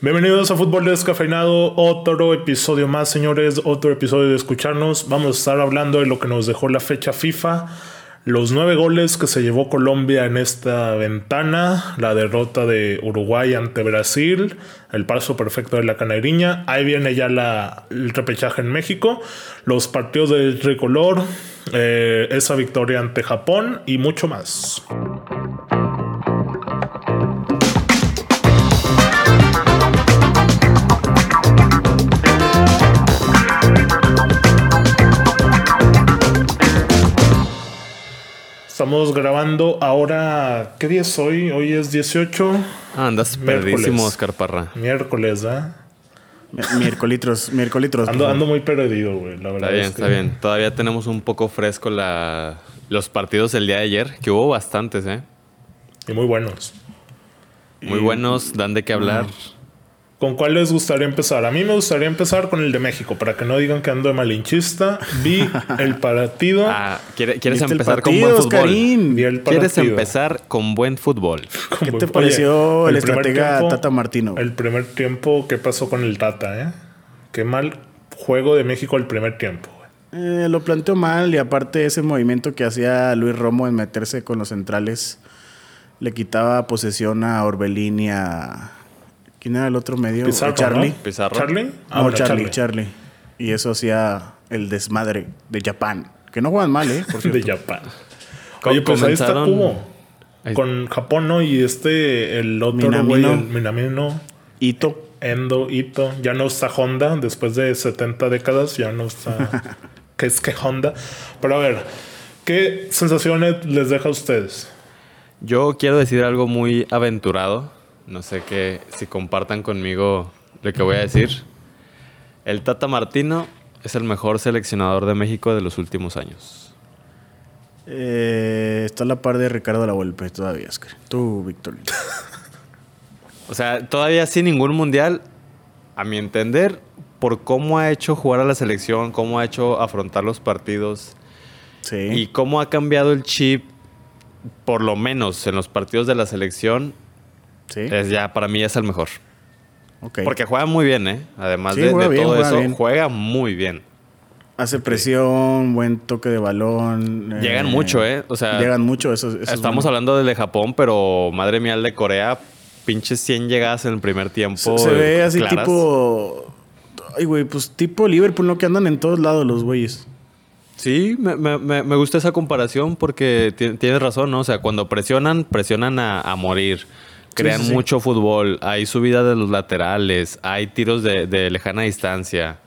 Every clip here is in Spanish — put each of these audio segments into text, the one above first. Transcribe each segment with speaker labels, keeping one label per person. Speaker 1: Bienvenidos a Fútbol Descafeinado, otro episodio más, señores, otro episodio de escucharnos. Vamos a estar hablando de lo que nos dejó la fecha FIFA, los nueve goles que se llevó Colombia en esta ventana, la derrota de Uruguay ante Brasil, el paso perfecto de la Canariña, ahí viene ya la, el repechaje en México, los partidos del tricolor, eh, esa victoria ante Japón y mucho más. Estamos grabando ahora. ¿Qué día es hoy? Hoy es 18.
Speaker 2: Ah, andas
Speaker 1: Miércoles.
Speaker 2: perdidísimo, Oscar Parra.
Speaker 1: Miércoles, ¿ah?
Speaker 3: Miércolitros, miércolitros.
Speaker 1: Ando, ando muy perdido, güey. La
Speaker 2: Está
Speaker 1: verdad
Speaker 2: bien,
Speaker 1: es que
Speaker 2: está bien. Todavía tenemos un poco fresco la, los partidos del día de ayer, que hubo bastantes, ¿eh?
Speaker 1: Y muy buenos.
Speaker 2: Muy buenos, dan de qué hablar.
Speaker 1: Mm. ¿Con cuál les gustaría empezar? A mí me gustaría empezar con el de México, para que no digan que ando de malinchista. Vi el partido.
Speaker 2: Ah, ¿quiere- ¿quieres
Speaker 3: ¿Viste el
Speaker 2: empezar con
Speaker 3: partido,
Speaker 2: buen fútbol?
Speaker 3: Oscarín?
Speaker 1: vi el
Speaker 2: ¿Quieres
Speaker 1: partido.
Speaker 2: empezar con buen fútbol?
Speaker 1: Con-
Speaker 3: ¿Qué te
Speaker 1: Oye,
Speaker 3: pareció el,
Speaker 1: primer
Speaker 3: estratega
Speaker 1: tiempo-
Speaker 3: Tata Martino?
Speaker 1: El primer tiempo, ¿qué pasó con el Tata, eh? Qué mal juego de México el primer tiempo, güey.
Speaker 3: Eh, lo planteó mal y aparte ese movimiento que hacía Luis Romo en meterse con los centrales le quitaba posesión a Orbelín y a... ¿Quién era el otro medio?
Speaker 1: Pizarro,
Speaker 3: Charlie.
Speaker 1: ¿no?
Speaker 2: Pizarro.
Speaker 1: ¿Charlie? Ah,
Speaker 3: No,
Speaker 1: bueno,
Speaker 3: Charlie, Charlie, Y eso hacía el desmadre de Japón. Que no juegan mal, ¿eh? Por cierto.
Speaker 1: de Japón.
Speaker 2: Co-
Speaker 1: Oye, pues ahí está
Speaker 2: comenzaron-
Speaker 1: Cubo.
Speaker 2: Ahí-
Speaker 1: Con Japón, ¿no? Y este, el otro
Speaker 3: Minamino.
Speaker 1: güey, el Minamino,
Speaker 3: Ito.
Speaker 1: Endo, Ito. Ya no está Honda después de 70 décadas, ya no está. que es que Honda? Pero a ver, ¿qué sensaciones les deja a ustedes?
Speaker 2: Yo quiero decir algo muy aventurado. No sé qué, si compartan conmigo lo que voy a decir. El Tata Martino es el mejor seleccionador de México de los últimos años.
Speaker 3: Eh, está a la par de Ricardo La Volpe todavía, Oscar. Tú, Víctor.
Speaker 2: O sea, todavía sin ningún mundial, a mi entender, por cómo ha hecho jugar a la selección, cómo ha hecho afrontar los partidos
Speaker 3: Sí.
Speaker 2: y cómo ha cambiado el chip, por lo menos en los partidos de la selección,
Speaker 3: sí.
Speaker 2: es ya para mí ya es el mejor.
Speaker 3: ok.
Speaker 2: Porque juega muy bien, ¿eh? Además
Speaker 3: Sí,
Speaker 2: de, de
Speaker 3: juega bien,
Speaker 2: todo
Speaker 3: juega
Speaker 2: eso,
Speaker 3: bien.
Speaker 2: juega muy bien.
Speaker 3: Hace presión, buen toque de balón.
Speaker 2: Llegan mucho, ¿eh? O sea,
Speaker 3: llegan mucho, eso, eso es
Speaker 2: Estamos
Speaker 3: bueno.
Speaker 2: hablando del de Japón, pero madre mía, el de Corea, pinches 100 llegadas en el primer tiempo.
Speaker 3: Se, se ve
Speaker 2: eh,
Speaker 3: así
Speaker 2: claras.
Speaker 3: tipo. Ay, güey, pues tipo Liverpool, no que andan en todos lados los güeyes.
Speaker 2: Sí, me, me- me- me gusta esa comparación porque ti- tienes razón, ¿no? O sea, cuando presionan, presionan a, a morir. Crean
Speaker 3: sí, sí.
Speaker 2: mucho fútbol, hay subida de los laterales, hay tiros de, de lejana distancia.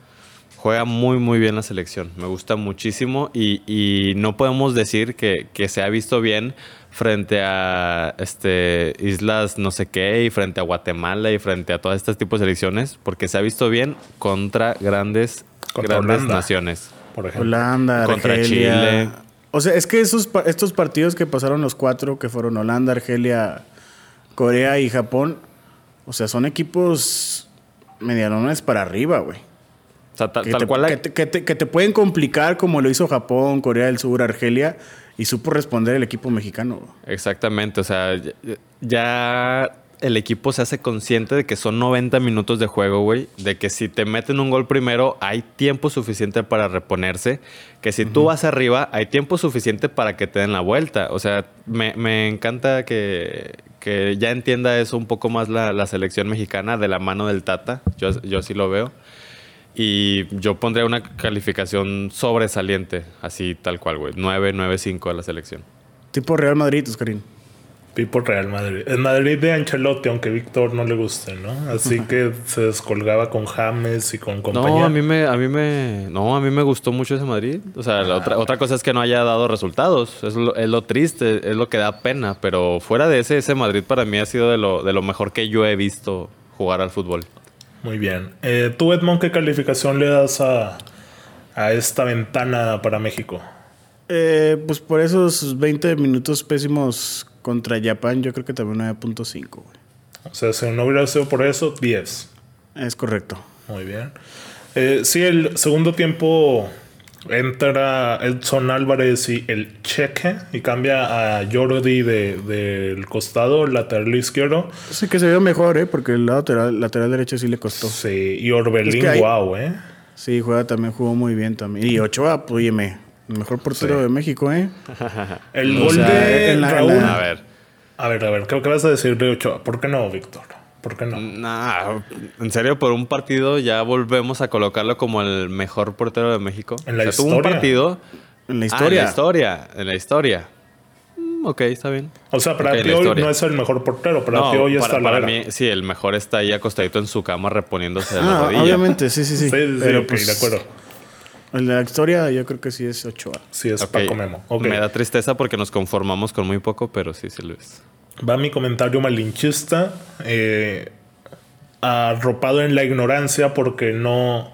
Speaker 2: Juega muy, muy bien la selección. Me gusta muchísimo y, y no podemos decir que, que se ha visto bien frente a este, islas no sé qué y frente a Guatemala y frente a todas estas tipos de selecciones porque se ha visto bien contra grandes,
Speaker 1: Contra
Speaker 2: grandes
Speaker 1: Holanda.
Speaker 2: naciones.
Speaker 1: Por ejemplo.
Speaker 3: Holanda,
Speaker 2: Contra
Speaker 3: Argelia.
Speaker 2: Chile.
Speaker 3: O sea, es que esos, pa- estos partidos que pasaron los cuatro, que fueron Holanda, Argelia, Corea y Japón, o sea, son equipos medianones para arriba, güey.
Speaker 2: O sea, ta-
Speaker 3: Que,
Speaker 2: tal
Speaker 3: te,
Speaker 2: cual la-
Speaker 3: que te- que te- que te pueden complicar como lo hizo Japón, Corea del Sur, Argelia, y supo responder el equipo mexicano. güey.
Speaker 2: Exactamente, o sea, ya, ya el equipo se hace consciente de que son 90 minutos de juego, güey, de que si te meten un gol primero hay tiempo suficiente para reponerse, que si tú vas arriba hay tiempo suficiente para que te den la vuelta, o sea, me, me encanta que, que ya entienda eso un poco más la, la selección mexicana de la mano del Tata, yo, yo sí lo veo, y yo pondría una calificación sobresaliente, así tal cual, güey, 9, 9, 5 a la selección.
Speaker 3: Tipo Real Madrid, Oscarín.
Speaker 1: Tipo Real Madrid. El Madrid de Ancelotti, aunque Víctor no le guste, ¿no? Así que se descolgaba con James y con compañía.
Speaker 2: No, a mí me, a mí me, no, a mí me gustó mucho ese Madrid. O sea, la otra, otra cosa es que no haya dado resultados. Es lo, es lo triste, es lo que da pena. Pero fuera de ese, ese Madrid para mí ha sido de lo, de lo mejor que yo he visto jugar al fútbol.
Speaker 1: Muy bien. Eh, ¿Tú, Edmond, qué calificación le das a, a esta ventana para México?
Speaker 3: Eh, pues por esos 20 minutos pésimos contra Japón, yo creo que también 9.5, güey.
Speaker 1: O sea, si no hubiera sido por eso, 10.
Speaker 3: Es correcto.
Speaker 1: Muy bien. Eh, sí, el segundo tiempo Entra Edson Álvarez y el cheque y cambia a Jordi de- del costado, lateral izquierdo.
Speaker 3: Sí que se vio mejor, ¿eh? Porque el lateral, lateral derecho sí le costó.
Speaker 1: Sí, y Orbelín,
Speaker 3: Es que hay-
Speaker 1: wow, ¿eh?
Speaker 3: Sí, juega también, jugó muy bien también. Y Ochoa, pues, óyeme, el mejor portero
Speaker 1: Sí.
Speaker 3: de México, ¿eh?
Speaker 1: El
Speaker 3: O
Speaker 1: gol
Speaker 3: sea,
Speaker 1: de
Speaker 3: en la- en
Speaker 1: Raúl.
Speaker 3: la-
Speaker 2: A ver.
Speaker 1: A ver, a ver, creo que vas a decir de Ochoa. ¿Por qué no, Víctor? ¿Por qué
Speaker 2: Mm.
Speaker 1: no?
Speaker 2: Nah, en serio, por un partido ya volvemos a colocarlo como el mejor portero de México.
Speaker 1: En la
Speaker 2: Tuvo un
Speaker 1: historia.
Speaker 2: partido.
Speaker 3: En la
Speaker 2: Ah,
Speaker 3: historia.
Speaker 2: en la historia. En la historia. Mm, ok, está bien.
Speaker 1: O sea, para
Speaker 2: Ok,
Speaker 1: ti
Speaker 2: la
Speaker 1: hoy
Speaker 2: historia.
Speaker 1: no es el mejor portero, para
Speaker 2: No,
Speaker 1: ti hoy
Speaker 2: para,
Speaker 1: está la
Speaker 2: para
Speaker 1: vera.
Speaker 2: mí, sí, el mejor está ahí acostadito en su cama reponiéndose de la
Speaker 3: Ah,
Speaker 2: rodilla.
Speaker 3: obviamente, sí, sí,
Speaker 1: Sí,
Speaker 3: sí.
Speaker 1: sí,
Speaker 3: Pero,
Speaker 1: ok,
Speaker 3: pues,
Speaker 1: de acuerdo.
Speaker 3: El de la historia yo creo que sí es Ochoa.
Speaker 1: Sí, es
Speaker 2: Ok.
Speaker 1: Paco Memo. Ok.
Speaker 2: Me da tristeza porque nos conformamos con muy poco, pero sí, sí lo es.
Speaker 1: Va mi comentario malinchista. eh, arropado en la ignorancia porque no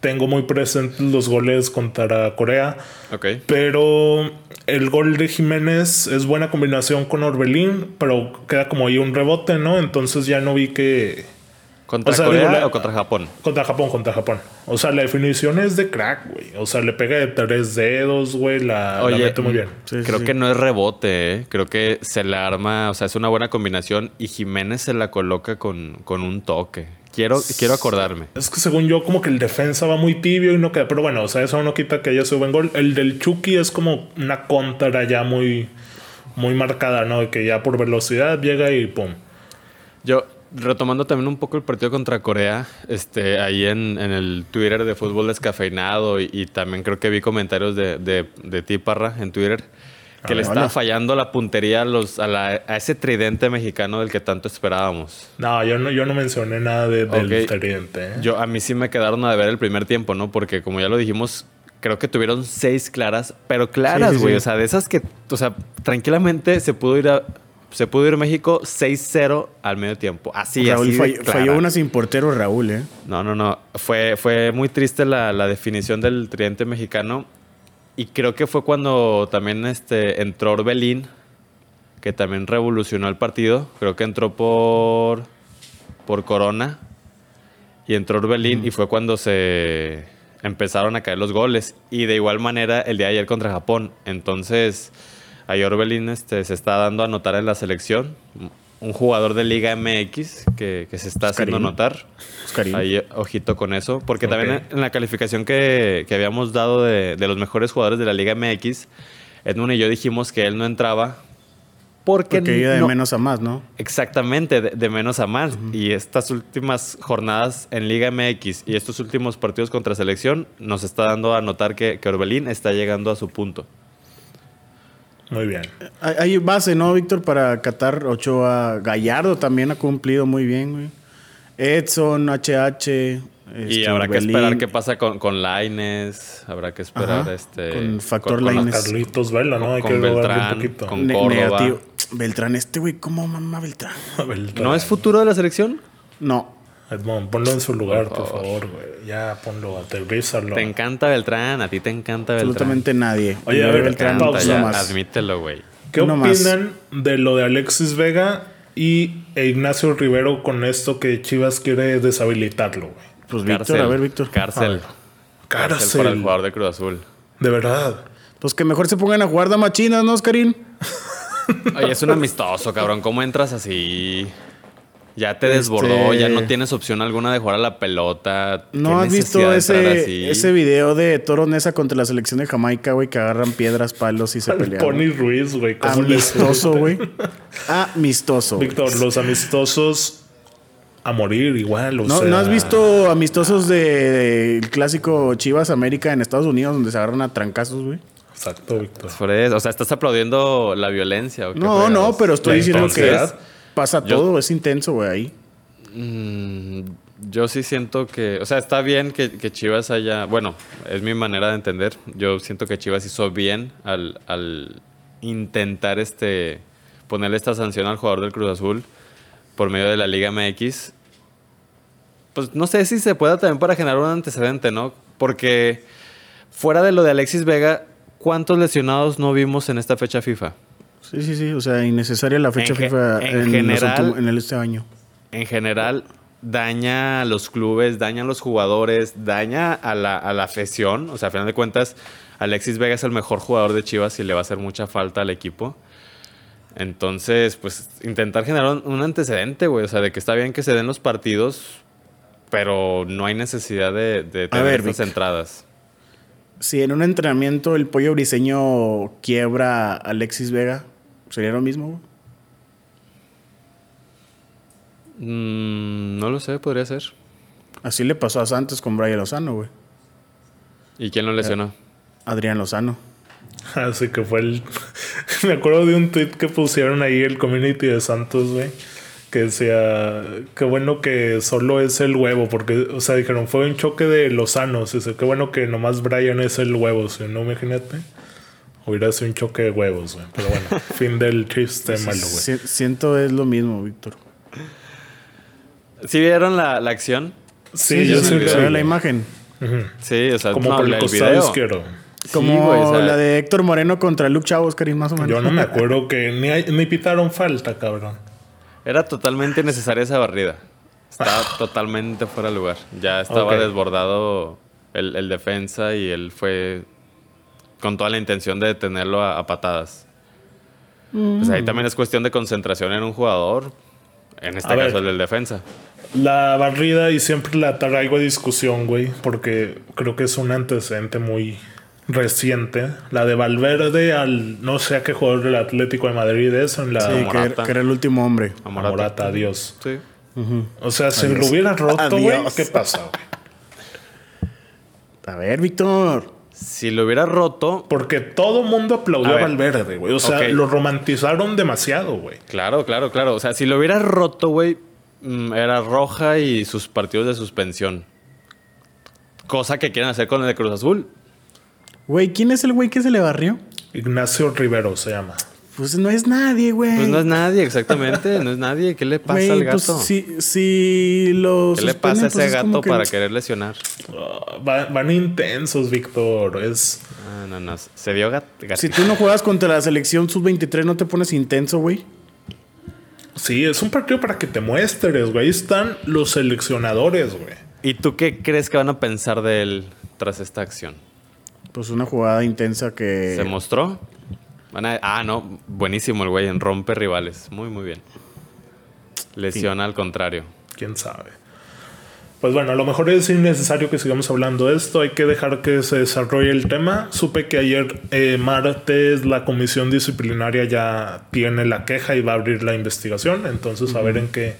Speaker 1: tengo muy presentes los goles contra Corea.
Speaker 2: Ok.
Speaker 1: Pero el gol de Jiménez es buena combinación con Orbelín, pero queda como ahí un rebote, ¿no? Entonces ya no vi que.
Speaker 2: ¿Contra
Speaker 1: O sea,
Speaker 2: Corea
Speaker 1: digo, la-
Speaker 2: o contra Japón?
Speaker 1: Contra Japón, contra Japón. O sea, la definición es de crack, güey. O sea, le pega de tres dedos, güey. Ah, La, la
Speaker 2: Oye,
Speaker 1: mete muy bien.
Speaker 3: Sí, sí,
Speaker 2: Creo
Speaker 3: sí.
Speaker 2: que no es rebote, ¿eh? creo que se la arma, o sea, es una buena combinación y Jiménez se la coloca con, con un toque. Quiero, quiero acordarme.
Speaker 1: Es que según yo, como que el defensa va muy tibio y no queda. Pero bueno, o sea, eso no quita que haya sido buen gol. El del Chucky es como una contra ya muy, muy marcada, ¿no? Que ya por velocidad llega y pum.
Speaker 2: Yo, retomando también un poco el partido contra Corea, este, ahí en, en el Twitter de Fútbol Descafeinado y, y también creo que vi comentarios de, de, de ti, Parra, en Twitter, que le
Speaker 3: hola.
Speaker 2: estaba fallando la puntería a, los, a, la- a ese tridente mexicano del que tanto esperábamos.
Speaker 1: No, yo no, yo no mencioné nada de, del
Speaker 2: Ok.
Speaker 1: tridente, ¿eh?
Speaker 2: Yo, a mí sí me quedaron a ver el primer tiempo, ¿no? Porque como ya lo dijimos, creo que tuvieron seis claras, pero claras,
Speaker 3: Sí, sí,
Speaker 2: güey.
Speaker 3: sí.
Speaker 2: O sea, de esas que, o sea, tranquilamente se pudo ir a, se pudo ir México 6-0 al medio tiempo. Así,
Speaker 3: Raúl
Speaker 2: así de
Speaker 3: falló,
Speaker 2: clara.
Speaker 3: falló una sin portero, Raúl, ¿eh?
Speaker 2: No, no, no. Fue, fue muy triste la, la definición del tridente mexicano. Y creo que fue cuando también este, entró Orbelín, que también revolucionó el partido. Creo que entró por, por Corona. Y entró Orbelín y fue cuando se empezaron a caer los goles. Y de igual manera el día de ayer contra Japón. Entonces, ahí Orbelín este, se está dando a notar en la selección. Un jugador de Liga MX que, que se está haciendo
Speaker 3: Oscarín.
Speaker 2: notar.
Speaker 3: Oscarín.
Speaker 2: Ahí, ojito con eso. Porque
Speaker 1: Ok.
Speaker 2: también en la calificación que, que habíamos dado de, de los mejores jugadores de la Liga MX, Edmund y yo dijimos que él no entraba porque,
Speaker 3: Porque iba de
Speaker 2: no-
Speaker 3: menos a más, ¿no?
Speaker 2: Exactamente, de, de menos a más. Y estas últimas jornadas en Liga MX y estos últimos partidos contra selección nos está dando a notar que, que Orbelín está llegando a su punto.
Speaker 1: Muy bien.
Speaker 3: Hay, hay base, ¿no, Víctor? Para Qatar, Ochoa, Gallardo también ha cumplido muy bien, güey. Edson, HH.
Speaker 2: y
Speaker 3: este,
Speaker 2: habrá que
Speaker 3: Orbelín.
Speaker 2: esperar qué pasa con, con Laines, habrá que esperar
Speaker 3: Ajá,
Speaker 2: este
Speaker 3: con factor
Speaker 2: con- con-
Speaker 3: Lainez.
Speaker 1: Carlitos Vela, ¿no? Hay
Speaker 2: con
Speaker 1: que
Speaker 2: Beltrán,
Speaker 1: robarle un poquito.
Speaker 2: con-
Speaker 3: Ne-
Speaker 2: Córdoba.
Speaker 3: negativo. Beltrán, este güey, ¿cómo mamá Beltrán?
Speaker 1: Beltrán.
Speaker 2: ¿No es futuro de la selección?
Speaker 3: No.
Speaker 1: Edmond, ponlo en su lugar, por,
Speaker 2: Por
Speaker 1: favor, güey. Ya, ponlo, aterrízalo.
Speaker 2: Te encanta Beltrán, a ti te encanta Beltrán.
Speaker 3: Absolutamente nadie.
Speaker 1: Oye,
Speaker 3: Yo
Speaker 1: a ver,
Speaker 2: Te
Speaker 1: Beltrán,
Speaker 2: encanta,
Speaker 1: pausa
Speaker 2: ya,
Speaker 3: nomás.
Speaker 2: Admítelo, güey.
Speaker 1: ¿Qué
Speaker 3: uno más.
Speaker 1: opinan de lo de Alexis Vega y e Ignacio Rivero con esto que Chivas quiere deshabilitarlo, güey?
Speaker 3: Pues
Speaker 2: Cárcel,
Speaker 3: Víctor, a ver, Ah, Víctor.
Speaker 2: Cárcel. Cárcel para el
Speaker 1: Cárcel.
Speaker 2: jugador de Cruz Azul.
Speaker 1: De verdad.
Speaker 3: Pues que mejor se pongan a jugar damachinas, ¿no, Oscarín?
Speaker 2: Oye, es un amistoso, cabrón. ¿Cómo entras así? Ya te desbordó,
Speaker 3: Este-
Speaker 2: ya no tienes opción alguna de jugar a la pelota. ¿Qué
Speaker 3: ¿No has
Speaker 2: necesidad
Speaker 3: visto
Speaker 2: de entrar
Speaker 3: ese,
Speaker 2: así?
Speaker 3: ese video de Toro Nesa contra la selección de Jamaica, güey, que agarran piedras, palos y se
Speaker 1: Al
Speaker 3: pelean?
Speaker 1: Pony Ruiz, güey. ¿cómo le-
Speaker 3: Amistoso, güey. Amistoso. güey.
Speaker 1: Víctor, los amistosos a morir igual. o
Speaker 3: ¿No,
Speaker 1: sea,
Speaker 3: no has visto amistosos del clásico Chivas América en Estados Unidos donde se agarran a trancazos, güey?
Speaker 1: Exacto, Víctor.
Speaker 2: Por eso, Pues, O sea, estás aplaudiendo la violencia. ¿o qué
Speaker 3: No,
Speaker 2: fregados?
Speaker 3: no, pero estoy
Speaker 1: La
Speaker 3: diciendo que
Speaker 1: intensidad.
Speaker 3: es- pasa
Speaker 2: Yo-
Speaker 3: todo, es intenso, güey, ahí.
Speaker 2: Mm, yo sí siento que. O sea, está bien que, que Chivas haya. Bueno, es mi manera de entender. Yo siento que Chivas hizo bien al, al intentar este ponerle esta sanción al jugador del Cruz Azul por medio de la Liga MX. Pues no sé si se pueda también para generar un antecedente, ¿no? Porque fuera de lo de Alexis Vega, ¿cuántos lesionados no vimos en esta fecha FIFA?
Speaker 3: Sí, sí, sí. O sea, innecesaria la fecha
Speaker 2: En ge-
Speaker 3: FIFA
Speaker 2: en
Speaker 3: en, los
Speaker 2: general-
Speaker 3: últimos- en el este año.
Speaker 2: En general, daña a los clubes, daña a los jugadores, daña a la, a la afición. O sea, a final de cuentas, Alexis Vega es el mejor jugador de Chivas y le va a hacer mucha falta al equipo. Entonces, pues intentar generar un, un antecedente, güey. O sea, de que está bien que se den los partidos, pero no hay necesidad de, de tener
Speaker 3: ver,
Speaker 2: estas
Speaker 3: Vic.
Speaker 2: entradas.
Speaker 3: Si en un entrenamiento el pollo briseño quiebra a Alexis Vega, ¿sería lo mismo? güey?
Speaker 2: Mm, no lo sé, podría ser.
Speaker 3: Así le pasó a Santos con Brian Lozano, güey.
Speaker 2: ¿Y quién lo lesionó?
Speaker 3: Adrián Lozano.
Speaker 1: Así que fue el. Me acuerdo de un tweet que pusieron ahí el community de Santos, güey. Que decía, qué bueno que solo es el huevo, porque, o sea, dijeron, fue un choque de lozanos. Dice, qué bueno que nomás Brian es el huevo, si no, imagínate. Hubiera sido un choque de huevos, güey. Pero bueno, fin del chiste malo, güey.
Speaker 3: Si- siento es lo mismo, Víctor.
Speaker 2: ¿Sí vieron la, la acción?
Speaker 1: Sí,
Speaker 2: yo
Speaker 1: yo
Speaker 2: sí
Speaker 1: sí
Speaker 2: vi.
Speaker 3: Se ve
Speaker 1: creo.
Speaker 3: la imagen.
Speaker 2: Sí, o sea,
Speaker 1: Como
Speaker 2: no,
Speaker 1: por el
Speaker 2: la-
Speaker 1: costado
Speaker 2: video.
Speaker 1: izquierdo.
Speaker 2: Sí,
Speaker 3: Como
Speaker 2: güey, o sea,
Speaker 3: la de Héctor Moreno contra Luke Chavos, Karim, más o menos.
Speaker 1: Yo no me acuerdo que ni, hay- ni pitaron falta, cabrón.
Speaker 2: Era totalmente necesaria esa barrida. Estaba totalmente fuera de lugar. Ya estaba
Speaker 1: Ah. Ok.
Speaker 2: desbordado el, el defensa y él fue con toda la intención de detenerlo a, a patadas. Pues
Speaker 1: Mm.
Speaker 2: ahí también es cuestión de concentración en un jugador. En este
Speaker 1: A ver.
Speaker 2: caso el del defensa.
Speaker 1: La barrida y siempre la traigo a discusión, güey, porque creo que es un antecedente muy reciente. La de Valverde al no sé a qué jugador del Atlético de Madrid es, en la
Speaker 3: Sí, que,
Speaker 2: Morata.
Speaker 3: era- que era el último hombre.
Speaker 1: a Morata. adiós.
Speaker 2: Sí.
Speaker 1: O sea, si lo hubiera roto, güey,
Speaker 3: Adiós.
Speaker 1: ¿qué pasa, güey?
Speaker 3: A ver, Víctor.
Speaker 2: Si lo hubiera roto,
Speaker 1: Porque todo mundo aplaudió
Speaker 2: A
Speaker 1: a,
Speaker 2: ver.
Speaker 1: Valverde, güey. O sea,
Speaker 2: Ok.
Speaker 1: lo romantizaron demasiado, güey.
Speaker 2: Claro, claro, claro. O sea, si lo hubiera roto, güey, mm, era roja y sus partidos de suspensión. Cosa que quieren hacer con el de Cruz Azul.
Speaker 3: Güey, ¿quién es el güey que se le barrió?
Speaker 1: Ignacio Rivero se llama.
Speaker 3: Pues no es nadie, güey.
Speaker 2: Pues no es nadie, exactamente. No es nadie. ¿Qué le pasa
Speaker 3: Güey,
Speaker 2: al gato?
Speaker 3: pues si, si lo
Speaker 2: ¿Qué le
Speaker 3: suspenden,
Speaker 2: pasa a
Speaker 3: pues
Speaker 2: ese
Speaker 3: es como
Speaker 2: gato
Speaker 3: que-
Speaker 2: para querer lesionar?
Speaker 1: Ah, va- van intensos, Víctor. Es
Speaker 2: Ah, no, no. Se dio gat- gat-
Speaker 3: Si tú no juegas contra la selección sub-23, no te pones intenso, güey.
Speaker 1: sí, es un partido para que te muestres, güey. Ahí están los seleccionadores, güey.
Speaker 2: ¿Y tú qué crees que van a pensar de él tras esta acción?
Speaker 3: Pues una jugada intensa
Speaker 1: Eh.
Speaker 3: que...
Speaker 2: ¿Se mostró? Van a- Ah, no. Buenísimo el güey. En rompe rivales. Muy, muy bien. Lesiona al contrario.
Speaker 1: quién sabe. Pues bueno, a lo mejor es innecesario que sigamos hablando de esto. Hay que dejar que se desarrolle el tema. Supe que ayer eh, martes la comisión disciplinaria ya tiene la queja y va a abrir la investigación. Entonces a ver en qué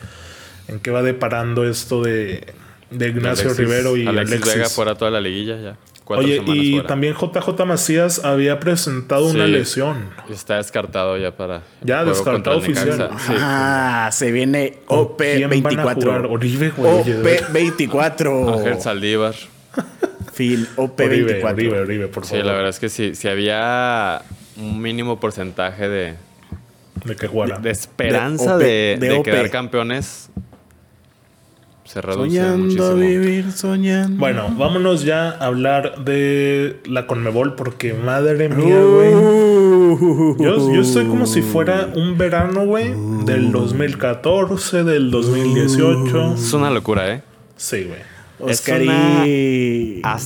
Speaker 1: en qué va deparando esto de, de Ignacio
Speaker 2: Alexis-
Speaker 1: Rivero y
Speaker 2: Alexis,
Speaker 1: Alexis.
Speaker 2: Vega pues, fuera toda la liguilla ya. Cuatro
Speaker 1: Oye,
Speaker 2: semanas
Speaker 1: y
Speaker 2: fuera.
Speaker 1: también JJ Macías había presentado una
Speaker 2: Sí.
Speaker 1: lesión.
Speaker 2: Está descartado ya para. el
Speaker 1: Ya,
Speaker 2: juego
Speaker 1: descartado
Speaker 2: contra el
Speaker 1: oficial.
Speaker 2: Necaxa. Sí.
Speaker 3: Ah, se viene
Speaker 1: ¿Quién van a jugar?
Speaker 3: OP24.
Speaker 1: Oribe, güey.
Speaker 2: Ángel
Speaker 3: OP24.
Speaker 2: Saldívar.
Speaker 3: Fin,
Speaker 1: Oribe,
Speaker 3: OP24.
Speaker 1: Oribe, Oribe, por
Speaker 2: Sí,
Speaker 1: favor.
Speaker 2: la verdad es que sí, si había un mínimo porcentaje de,
Speaker 1: De que jugara.
Speaker 2: de esperanza de,
Speaker 3: De OP, de
Speaker 2: de
Speaker 3: OP.
Speaker 2: quedar campeones, se reduce
Speaker 3: Soñando
Speaker 2: muchísimo.
Speaker 3: vivir, soñando.
Speaker 1: Bueno, vámonos ya a hablar de la Conmebol porque madre mía,
Speaker 3: Uh,
Speaker 1: güey. Yo,
Speaker 3: Yo,
Speaker 1: yo estoy como si fuera un verano, güey, del
Speaker 3: Uh.
Speaker 1: 2014, del 2018.
Speaker 2: Es una locura, ¿eh?
Speaker 1: Sí, güey.
Speaker 3: Oscarí.
Speaker 1: Ah,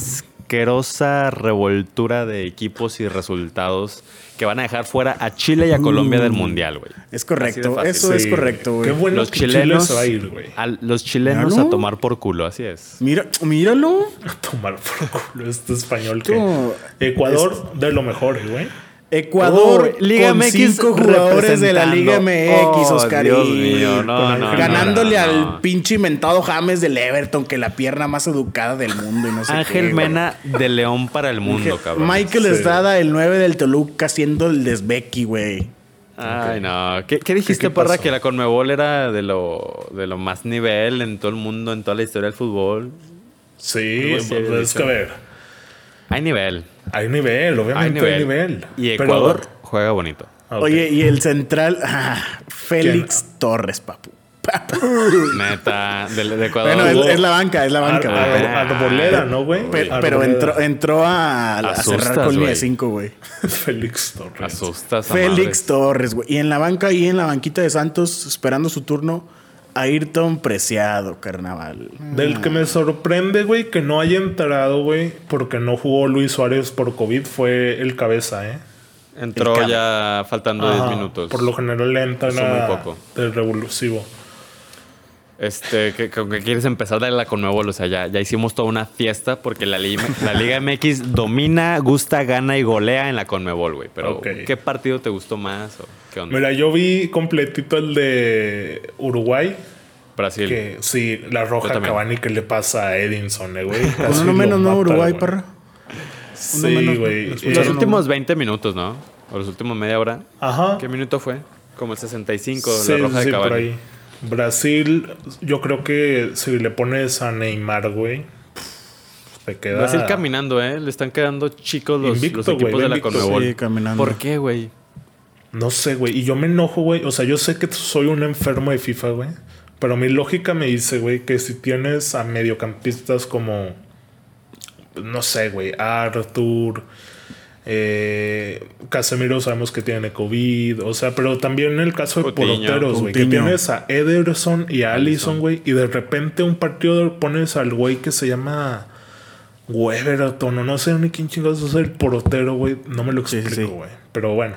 Speaker 2: Asquerosa revoltura de equipos y resultados que van a dejar fuera a Chile y a Colombia del Mundial, güey.
Speaker 3: Es
Speaker 2: Así de
Speaker 3: correcto,
Speaker 2: fácil.
Speaker 3: eso es
Speaker 1: Sí.
Speaker 3: correcto, güey.
Speaker 1: Qué bueno
Speaker 2: Los
Speaker 1: que Chile
Speaker 2: chilenos,
Speaker 1: se va a ir, güey.
Speaker 2: a los chilenos
Speaker 3: Claro.
Speaker 2: a tomar por culo, así es.
Speaker 3: Mira, míralo.
Speaker 1: A tomar por culo este español que.
Speaker 3: Tú-
Speaker 1: Ecuador de lo mejor, güey.
Speaker 3: Ecuador,
Speaker 2: Oh, Liga
Speaker 3: con
Speaker 2: MX
Speaker 3: cinco jugadores de la Liga
Speaker 2: representando.
Speaker 3: MX,
Speaker 2: Oh,
Speaker 3: Oscarín.
Speaker 2: Dios mío, no,
Speaker 1: Con-
Speaker 2: no, no,
Speaker 3: Ganándole
Speaker 2: no, no.
Speaker 3: al pinche inventado James del Everton, que la pierna más educada del mundo y no sé qué,
Speaker 1: eh,
Speaker 2: Ángel
Speaker 3: güey.
Speaker 2: Mena de León para el mundo, cabrón.
Speaker 3: Michael
Speaker 1: Sí.
Speaker 3: Estrada, el 9 del Toluca, siendo el desbequi, güey.
Speaker 2: Ay, no. ¿Qué, qué dijiste,
Speaker 1: ¿Qué- qué
Speaker 2: Parra?
Speaker 1: pasó?
Speaker 2: Que la Conmebol era de lo, de lo más nivel en todo el mundo, en toda la historia del fútbol.
Speaker 1: Sí,
Speaker 2: Algo así
Speaker 1: pues,
Speaker 2: había
Speaker 1: es que a
Speaker 2: dicho.
Speaker 1: ver.
Speaker 2: Hay nivel.
Speaker 1: Hay nivel,
Speaker 2: Hay
Speaker 1: obviamente
Speaker 2: nivel.
Speaker 1: hay nivel.
Speaker 2: Y
Speaker 1: Pero-
Speaker 2: Ecuador juega bonito.
Speaker 1: Ah, ok.
Speaker 3: Oye, y el central, ah, Félix Torres, papu.
Speaker 2: Neta, de, de Ecuador.
Speaker 3: Bueno, es,
Speaker 1: hubo-
Speaker 3: es la banca, es la
Speaker 1: Ar-
Speaker 3: banca, güey.
Speaker 1: ar-
Speaker 3: pero-
Speaker 2: Ah,
Speaker 1: arboleda, ¿no, güey?
Speaker 3: Pe- Pero
Speaker 1: Arboleda.
Speaker 3: entró, entró a, a cerrar
Speaker 2: Asustas,
Speaker 3: con línea
Speaker 2: güey.
Speaker 3: 5, güey.
Speaker 1: Félix Torres.
Speaker 2: Asustas a
Speaker 3: Félix
Speaker 2: madres.
Speaker 3: Torres, güey. Y en la banca, y en la banquita de Santos, esperando su turno, Ayrton Preciado, carnaval.
Speaker 1: Del que me sorprende, güey, que no haya entrado, güey, porque no jugó Luis Suárez por COVID, fue el cabeza, ¿eh?
Speaker 2: Entró
Speaker 3: El
Speaker 2: ya faltando 10
Speaker 1: Ajá.
Speaker 2: minutos.
Speaker 1: Por lo general le entra
Speaker 2: Hizo muy poco.
Speaker 1: del revulsivo.
Speaker 2: Este, que, que- que quieres empezar de la Conmebol, o sea, ya, ya hicimos toda una fiesta porque la, li- la Liga MX domina, gusta, gana y golea en la Conmebol, güey. Pero,
Speaker 1: Ok.
Speaker 2: ¿qué partido te gustó más? o ¿Qué onda?
Speaker 1: Mira, yo vi completito el de Uruguay.
Speaker 2: Brasil.
Speaker 1: Que sí, la roja
Speaker 2: también.
Speaker 1: Cavani que le pasa a Edinson, eh, güey. Casi lo
Speaker 3: Uno menos, ¿no?
Speaker 1: mata,
Speaker 3: Uruguay,
Speaker 1: güey.
Speaker 3: perra. uno
Speaker 1: Sí,
Speaker 3: menos,
Speaker 1: güey.
Speaker 3: nos
Speaker 1: Eh,
Speaker 2: Los
Speaker 3: no,
Speaker 2: últimos 20 minutos, ¿no? O los últimos media hora.
Speaker 1: Ajá.
Speaker 2: ¿Qué minuto fue? Como el 65,
Speaker 1: Sí,
Speaker 2: la roja
Speaker 1: sí,
Speaker 2: de
Speaker 1: por
Speaker 2: Cavani.
Speaker 1: ahí. Brasil, yo creo que si le pones a Neymar, güey, pff, te queda.
Speaker 2: Brasil caminando, ¿eh? Le están quedando chicos los,
Speaker 1: Ah. Invicto,
Speaker 2: los equipos
Speaker 1: güey,
Speaker 2: de la
Speaker 1: invicto.
Speaker 2: Conmebol.
Speaker 3: Sí, caminando.
Speaker 2: ¿Por qué, güey?
Speaker 1: No sé, güey. Y yo me enojo, güey. O sea, yo sé que soy un enfermo de FIFA, güey. Pero mi lógica me dice, güey, que si tienes a mediocampistas como. No sé, güey. Arthur. eh, Casemiro sabemos que tiene COVID. O sea, pero también en el caso de
Speaker 2: Coutinho,
Speaker 1: porteros, güey. Que
Speaker 3: Coutinho.
Speaker 1: tienes a Ederson y a Allison, güey. Y de repente un partido pones al güey que se llama. Weberton, o no sé ni quién chingados es el portero, güey. No me lo
Speaker 3: Sí, sí,
Speaker 1: explico,
Speaker 3: sí.
Speaker 1: güey. Pero bueno.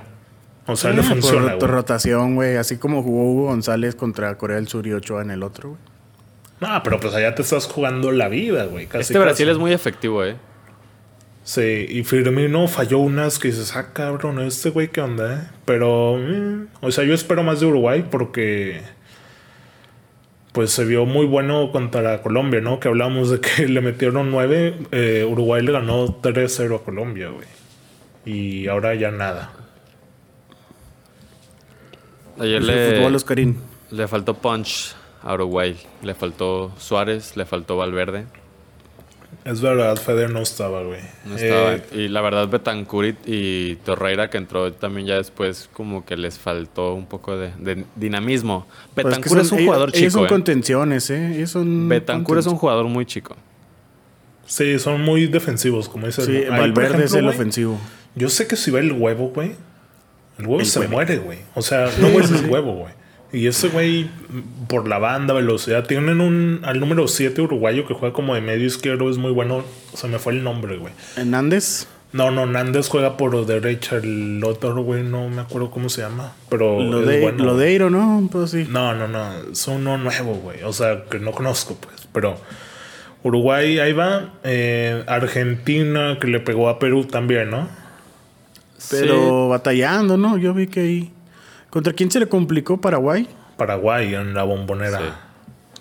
Speaker 1: O sea, le
Speaker 3: Ah, Por
Speaker 1: funciona,
Speaker 3: rot-
Speaker 1: güey.
Speaker 3: rotación, güey. Así como jugó Hugo González contra Corea del Sur y Ochoa en el otro, güey.
Speaker 1: No, pero pues allá te estás jugando la vida, güey. Casi,
Speaker 2: Este Brasil
Speaker 1: casi.
Speaker 2: es muy efectivo, ¿eh?
Speaker 1: Sí, y Firmino falló unas que dices, ah, cabrón, este güey, ¿qué onda, eh? Pero, mm, o sea, yo espero más de Uruguay porque. Pues se vio muy bueno contra Colombia, ¿no? Que hablamos de que le metieron 9. Uruguay le ganó 3-0 a Colombia, güey. Y ahora ya nada.
Speaker 2: Ayer
Speaker 3: Pues El fútbol
Speaker 2: le,
Speaker 3: Oscarín. Pues
Speaker 2: le faltó punch a Uruguay. Le faltó Suárez, le faltó Valverde.
Speaker 1: Es verdad, Feder no estaba, güey.
Speaker 2: No
Speaker 1: Eh,
Speaker 2: estaba. y la verdad, Betancurit y Torreira, que entró también ya después, como que les faltó un poco de, de dinamismo.
Speaker 3: Pero
Speaker 2: Betancourt
Speaker 3: que
Speaker 2: es,
Speaker 3: son-
Speaker 2: un
Speaker 3: ellos-
Speaker 2: jugador
Speaker 3: Ellos
Speaker 2: chico.
Speaker 3: son
Speaker 2: ¿eh?
Speaker 3: contenciones, ¿eh? Ellos son
Speaker 2: Betancourt es un
Speaker 3: conten-
Speaker 2: jugador muy chico.
Speaker 1: Sí, son muy defensivos, como dice
Speaker 3: Sí,
Speaker 1: Ahí, por
Speaker 3: Valverde es
Speaker 1: ejemplo,
Speaker 3: el
Speaker 1: güey,
Speaker 3: ofensivo.
Speaker 1: Yo sé que si va el huevo, güey, el huevo
Speaker 3: El
Speaker 1: se
Speaker 3: huevo.
Speaker 1: muere, güey. O sea, no muere el huevo, güey. Y ese güey, mm, por la banda, velocidad, tienen un al número 7 uruguayo que juega como de medio izquierdo, es muy bueno. Se me fue el nombre, güey.
Speaker 3: Hernández.
Speaker 1: No, no, Nández juega por derecha, el otro, güey, no me acuerdo cómo se llama, pero
Speaker 3: Lo
Speaker 1: Oh, es
Speaker 3: de,
Speaker 1: bueno.
Speaker 3: Lodeiro, ¿no? Pues sí.
Speaker 1: No, no, no. Es uno nuevo, güey. O sea, que no conozco, pues. Pero Uruguay, ahí va. Eh, Argentina, que le pegó a Perú también, ¿no?
Speaker 3: Pero batallando, ¿no? Yo vi que ahí. ¿Contra quién se le complicó Paraguay?
Speaker 1: Paraguay en la bombonera.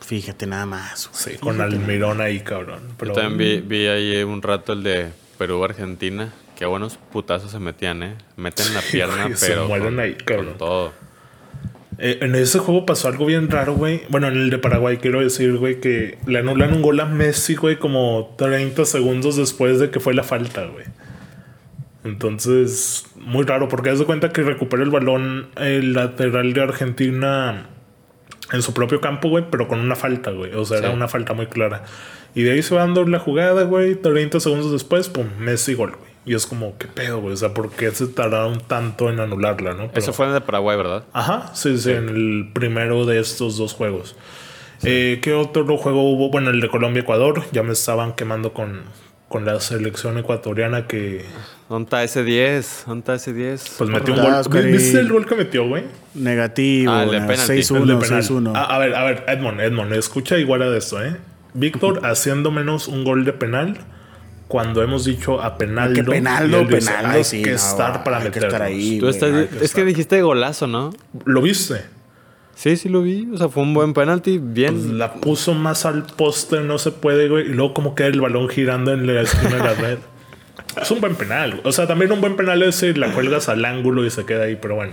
Speaker 3: Fíjate nada más. güey.
Speaker 1: Sí, con Almirón ahí, cabrón. Pero
Speaker 2: Yo también vi, vi ahí un rato el de Perú-Argentina. Qué buenos putazos se metían, ¿eh? Meten la pierna,
Speaker 1: güey, se
Speaker 2: pero.
Speaker 1: mueren
Speaker 2: con-
Speaker 1: ahí,
Speaker 2: con
Speaker 1: cabrón.
Speaker 2: todo.
Speaker 1: eh, en ese juego pasó algo bien raro, güey. Bueno, en el de Paraguay, quiero decir, güey, que le anulan un gol a Messi, güey, como 30 segundos después de que fue la falta, güey. Entonces, muy raro, porque haz de cuenta que recupera el balón el lateral de Argentina en su propio campo, güey, pero con una falta, güey. O sea, era
Speaker 2: Sí.
Speaker 1: una falta muy clara. Y de ahí se va dando la jugada, güey. 30 segundos después, pum, Messi gol, güey. Y es como, qué pedo, güey. O sea, ¿por qué se tardaron tanto en anularla, no? Pero-
Speaker 2: Eso fue en el de Paraguay, ¿verdad?
Speaker 1: Ajá, sí, sí, en el primero de estos dos juegos. Eh, ¿Qué otro juego hubo? Bueno, el de Colombia-Ecuador. Ya me estaban quemando con, con la selección ecuatoriana que...
Speaker 2: ¿Dónde está ese 10? ¿Dónde está ese 10?
Speaker 1: Pues metió un
Speaker 3: Ojalá,
Speaker 1: gol. ¿Vi-
Speaker 3: Oscar, y-
Speaker 1: ¿Viste el gol que metió, güey?
Speaker 3: Negativo.
Speaker 2: Ah, el de
Speaker 3: güey.
Speaker 2: penalti.
Speaker 3: 6-1,
Speaker 1: El de penal.
Speaker 3: 6-1.
Speaker 1: Ah, a ver, a ver, Edmond, Edmond, escucha igual a esto, ¿eh? Víctor haciendo menos un gol de penal cuando hemos dicho a Penaldo.
Speaker 3: Ah, que
Speaker 1: y
Speaker 3: Penaldo,
Speaker 1: él dice,
Speaker 3: Penaldo,
Speaker 1: hay
Speaker 3: sí.
Speaker 1: que
Speaker 3: no,
Speaker 1: estar para
Speaker 3: hay que
Speaker 1: meternos.
Speaker 3: estar ahí,
Speaker 2: Tú
Speaker 3: güey,
Speaker 2: estás-
Speaker 3: no, hay
Speaker 2: es que dijiste golazo, ¿no?
Speaker 1: ¿Lo viste?
Speaker 2: Sí, sí lo vi. O sea, fue un buen penalti. Bien.
Speaker 3: Pues,
Speaker 1: La puso más al poste, no se puede, güey. Y luego como queda el balón girando en la esquina de la red. Es un buen penal. güey. O sea, también un buen penal es si la cuelgas al ángulo y se queda ahí, pero bueno.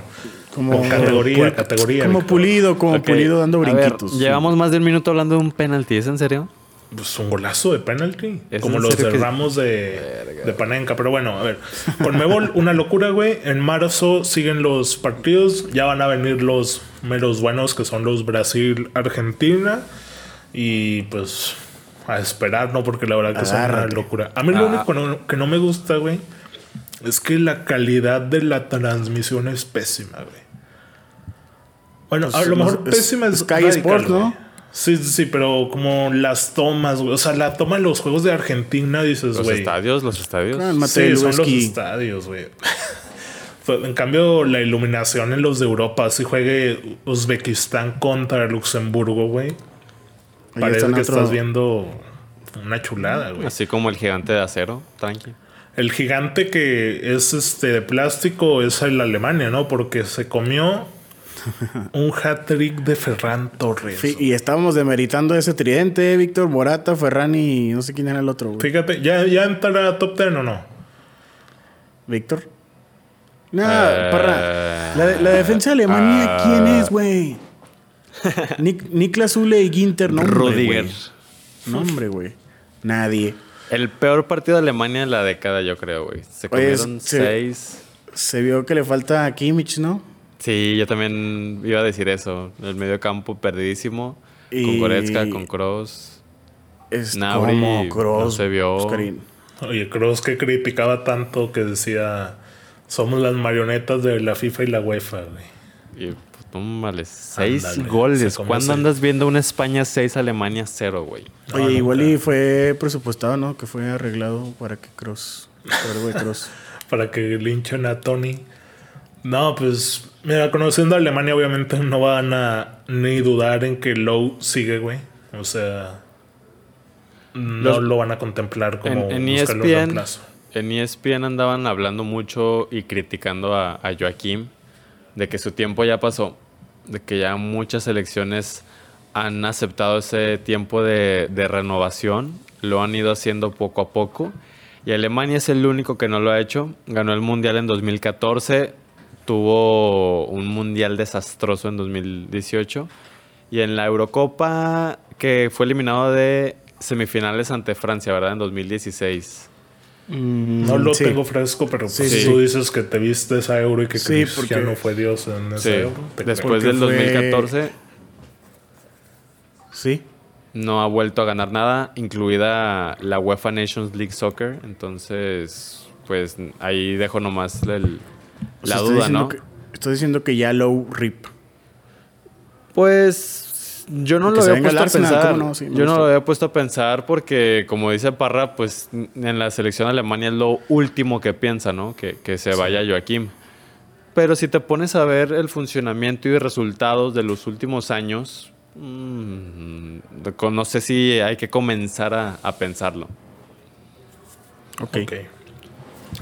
Speaker 3: Como
Speaker 1: categoría, categoría,
Speaker 3: Como
Speaker 1: Víctor.
Speaker 3: pulido, como
Speaker 2: Ok.
Speaker 3: pulido dando
Speaker 2: A ver,
Speaker 3: brinquitos.
Speaker 2: llevamos más de un minuto hablando de un penalti. ¿Es en serio?
Speaker 1: Pues un golazo de penalty.
Speaker 2: ¿Es
Speaker 1: Como
Speaker 2: en
Speaker 1: los
Speaker 2: serio
Speaker 1: de
Speaker 2: que-
Speaker 1: Ramos de, de Panenka. Pero bueno, a ver. Conmebol, una locura, güey. En marzo siguen los partidos. Ya van a venir los meros buenos, que son los Brasil-Argentina. Y pues a esperar, ¿no? Porque la verdad que es
Speaker 3: Agárrate.
Speaker 1: una locura. A mí lo único no- que no me gusta, güey, es que la calidad de la transmisión es pésima, güey. Bueno, a
Speaker 3: Pues,
Speaker 1: lo mejor
Speaker 3: es-
Speaker 1: pésima es,
Speaker 3: Sky
Speaker 1: radical,
Speaker 3: Sports, ¿no?
Speaker 1: güey. Sí, sí, pero como las tomas, güey. O sea, la toma de los juegos de Argentina, dices,
Speaker 2: Los
Speaker 1: güey.
Speaker 2: estadios, los estadios.
Speaker 3: Cálmate,
Speaker 1: Sí, son los
Speaker 3: Lubezki.
Speaker 1: estadios, güey. Fue- En cambio, la iluminación en los de Europa, si juegue Uzbekistán contra Luxemburgo, güey.
Speaker 3: Ahí
Speaker 1: Parece
Speaker 3: están
Speaker 1: que
Speaker 3: otro-
Speaker 1: estás viendo una chulada, güey.
Speaker 2: Así como el gigante de acero, tranqui.
Speaker 1: El gigante que es este de plástico es el Alemania, ¿no? Porque se comió un hat trick de Ferran Torres.
Speaker 3: Sí, y estábamos demeritando ese tridente, eh, Víctor Morata, Ferran y no sé quién era el otro, güey.
Speaker 1: Fíjate, ¿ya, ya entrará a top 10 o no?
Speaker 3: ¿Víctor? No,
Speaker 2: Eh,
Speaker 3: parra. La, de- la defensa de Alemania,
Speaker 2: ah.
Speaker 3: ¿quién es, güey? Nic- Niklas Ule y Ginter, no. hombre,
Speaker 2: Rudiger.
Speaker 3: güey. No, hombre, güey. Nadie.
Speaker 2: El peor partido de Alemania de la década, yo creo, güey. Se
Speaker 3: Oye, es-
Speaker 2: comieron
Speaker 3: sí.
Speaker 2: seis.
Speaker 3: Se vio que le falta a Kimmich, ¿no?
Speaker 2: Sí, yo también iba a decir eso. El medio campo perdidísimo. Con
Speaker 3: Y-
Speaker 2: Goretzka, con Kroos.
Speaker 3: Es
Speaker 2: Nabri,
Speaker 3: como Kroos.
Speaker 2: no se vio.
Speaker 3: Oscarín.
Speaker 1: Oye, Kroos que criticaba tanto que decía, somos las marionetas de la FIFA y la UEFA, güey.
Speaker 2: Y pues, tómales, seis
Speaker 1: Ándale,
Speaker 2: goles.
Speaker 1: se comió
Speaker 2: ¿Cuándo
Speaker 1: seis.
Speaker 2: andas viendo una España 6, Alemania 0, güey?
Speaker 1: No,
Speaker 3: Oye,
Speaker 1: nunca.
Speaker 3: igual y fue presupuestado, ¿no? Que fue arreglado para que Kroos. por algo de Kroos.
Speaker 1: Para que linchen a Tony. No, pues, mira, conociendo a Alemania, obviamente no van a ni dudar en que Lowe sigue, güey. O sea, no
Speaker 2: Los-
Speaker 1: lo van a contemplar como
Speaker 2: en, E en
Speaker 1: buscarle un
Speaker 2: ESPN,
Speaker 1: reemplazo.
Speaker 2: en E ESPN andaban hablando mucho y criticando a, a Joaquín de que su tiempo ya pasó, de que ya muchas selecciones han aceptado ese tiempo de, de renovación, lo han ido haciendo poco a poco y Alemania es el único que no lo ha hecho. Ganó el Mundial en 2014, tuvo un Mundial desastroso en 2018 y en la Eurocopa, que fue eliminado de semifinales ante Francia, ¿verdad? En 2016.
Speaker 1: No lo
Speaker 3: sí.
Speaker 1: tengo fresco, pero
Speaker 3: Sí,
Speaker 1: pues,
Speaker 2: sí,
Speaker 1: tú
Speaker 3: sí.
Speaker 1: dices que te viste esa euro y que
Speaker 3: Sí,
Speaker 1: Cristiano
Speaker 3: porque-
Speaker 1: fue Dios en esa
Speaker 2: Sí.
Speaker 1: euro. Te
Speaker 2: Después
Speaker 3: Porque
Speaker 2: del
Speaker 3: fue-
Speaker 2: 2014
Speaker 3: Sí.
Speaker 2: no ha vuelto a ganar nada, incluida la UEFA Nations League Soccer. Entonces, pues ahí dejo nomás el-
Speaker 3: O
Speaker 2: la
Speaker 3: sea, estoy
Speaker 2: duda,
Speaker 3: diciendo
Speaker 2: ¿no?
Speaker 3: que- estoy diciendo que ya Low Rip.
Speaker 2: Pues yo no
Speaker 3: Que
Speaker 2: lo
Speaker 3: se
Speaker 2: había
Speaker 3: venga el
Speaker 2: puesto a
Speaker 3: Arsenal,
Speaker 2: pensar.
Speaker 3: ¿cómo no? Sí, me
Speaker 2: yo no
Speaker 3: gusta.
Speaker 2: lo había puesto a pensar porque, como dice Parra, pues n- en la selección alemania es lo último que piensa, ¿no? Que, que se vaya Joaquín. Pero si te pones a ver el funcionamiento y resultados de los últimos años, mm, con- no sé si hay que comenzar a, a pensarlo.
Speaker 3: Ok.
Speaker 1: Ok.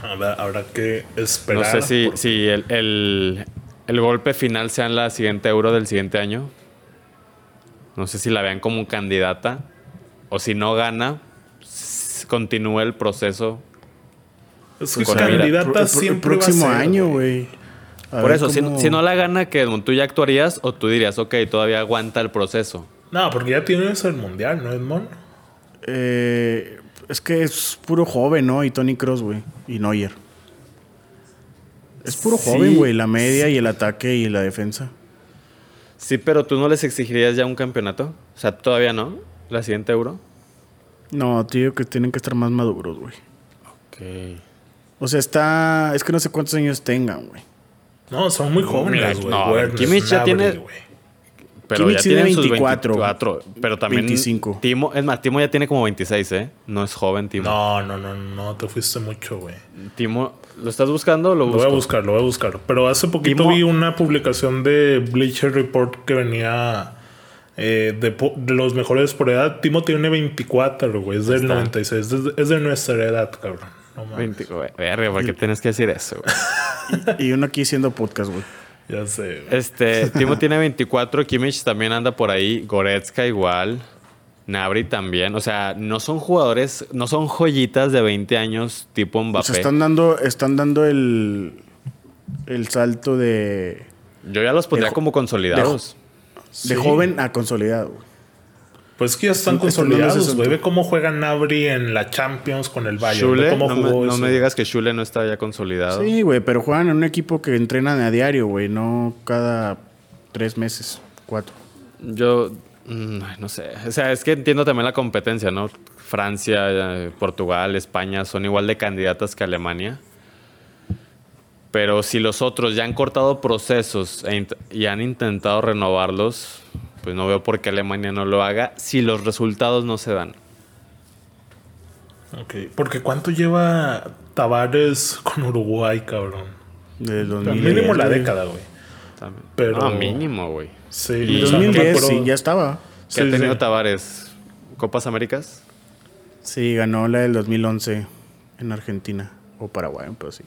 Speaker 1: Habrá, habrá que
Speaker 2: No
Speaker 1: esperar.
Speaker 2: sé si,
Speaker 1: por-
Speaker 2: si el, el- el golpe final sea en la siguiente euro del siguiente año. No sé si la vean como candidata. O si no gana, s- continúe el proceso.
Speaker 1: Es que
Speaker 2: Con-
Speaker 1: candidata
Speaker 3: Pro- pro- el
Speaker 1: siempre va a
Speaker 3: próximo
Speaker 1: ser,
Speaker 3: año,
Speaker 1: güey.
Speaker 3: güey. A
Speaker 2: Por
Speaker 3: ver
Speaker 2: eso, si,
Speaker 3: cómo-
Speaker 2: si no la gana, que tú ya actuarías o tú dirías, ok, todavía aguanta el proceso.
Speaker 1: No, porque ya tienes el mundial, ¿no, Edmond?
Speaker 3: Eh, es que es puro joven, ¿no? Y Tony Cross, güey. Y Neuer. Es puro
Speaker 2: Sí.
Speaker 3: joven, güey. La media y el ataque y la defensa.
Speaker 2: Sí, pero tú no les exigirías ya un campeonato. O sea, todavía no. La siguiente euro.
Speaker 3: No, tío, que tienen que estar más maduros, güey.
Speaker 2: Ok.
Speaker 3: O sea, está. Es que no sé cuántos años tengan, güey.
Speaker 1: No, son muy jóvenes,
Speaker 2: Mira,
Speaker 1: güey.
Speaker 2: no,
Speaker 1: Werner,
Speaker 2: Kimmich ya
Speaker 1: Gnabry,
Speaker 2: tiene-
Speaker 1: güey.
Speaker 2: Pero
Speaker 3: Kimmich
Speaker 2: ya
Speaker 3: tiene
Speaker 2: tienen sus
Speaker 3: 24.
Speaker 2: 24. Pero también.
Speaker 3: 25.
Speaker 2: Timo, es más, Timo ya tiene como 26, ¿eh? No es joven, Timo.
Speaker 1: No, no, no, no, te fuiste mucho, güey.
Speaker 2: Timo, ¿lo estás buscando o lo
Speaker 1: Lo voy
Speaker 2: busco?
Speaker 1: a buscar, lo voy a buscar. Pero hace poquito
Speaker 2: Timo-
Speaker 1: vi una publicación de Bleacher Report que venía eh, de, po- de los mejores por edad. Timo tiene 24, güey. Es del
Speaker 2: Está.
Speaker 1: 96. Es de, es de nuestra edad, cabrón. No mames.
Speaker 2: 20, güey, verga, ¿por qué tienes que decir eso, güey?
Speaker 3: Y uno aquí haciendo podcast, güey.
Speaker 1: Ya sé. güey.
Speaker 2: Este, Timo tiene 24, Kimmich también anda por ahí, Goretzka igual, Nabri también. O sea, no son jugadores, no son joyitas de 20 años tipo
Speaker 1: Pues
Speaker 2: Mbappé.
Speaker 3: O sea, están dando, están dando el. El salto de.
Speaker 2: Yo ya los pondría
Speaker 3: de jo-
Speaker 2: como consolidados.
Speaker 1: Sí.
Speaker 3: De joven a consolidado, güey.
Speaker 1: Pues que ya están
Speaker 3: Están- están dando ese
Speaker 1: consolidados,
Speaker 3: salto.
Speaker 1: güey. Ve cómo juega Nabri en la Champions con el Bayern. Ve
Speaker 2: Schule,
Speaker 1: cómo
Speaker 2: no, me,
Speaker 1: jugó
Speaker 2: no
Speaker 1: eso.
Speaker 2: me digas que Schule no está ya consolidado.
Speaker 3: Sí, güey, pero juegan en un equipo que entrenan a diario, güey, no cada tres meses, cuatro.
Speaker 2: Yo mm, ay, no sé. O sea, es que entiendo también la competencia, ¿no? Francia, eh, Portugal, España son igual de candidatas que Alemania. Pero si los otros ya han cortado procesos e int- y han intentado renovarlos, pues no veo por qué Alemania no lo haga si los resultados no se dan.
Speaker 1: Ok, porque ¿cuánto lleva Tavares con Uruguay, cabrón?
Speaker 3: Del
Speaker 1: O
Speaker 3: 2000.
Speaker 1: sea, mínimo la década, güey.
Speaker 2: También.
Speaker 1: Pero-
Speaker 2: No, mínimo, güey.
Speaker 1: Sí,
Speaker 2: Y-
Speaker 1: o sea, no me
Speaker 3: 2010,
Speaker 1: acuerdo-
Speaker 3: sí, ya estaba.
Speaker 2: ¿Qué ha
Speaker 1: sí,
Speaker 2: tenido
Speaker 1: sí.
Speaker 2: Tavares? ¿Copas Américas?
Speaker 3: Sí, ganó la del 2011 en Argentina o Paraguay, pero sí.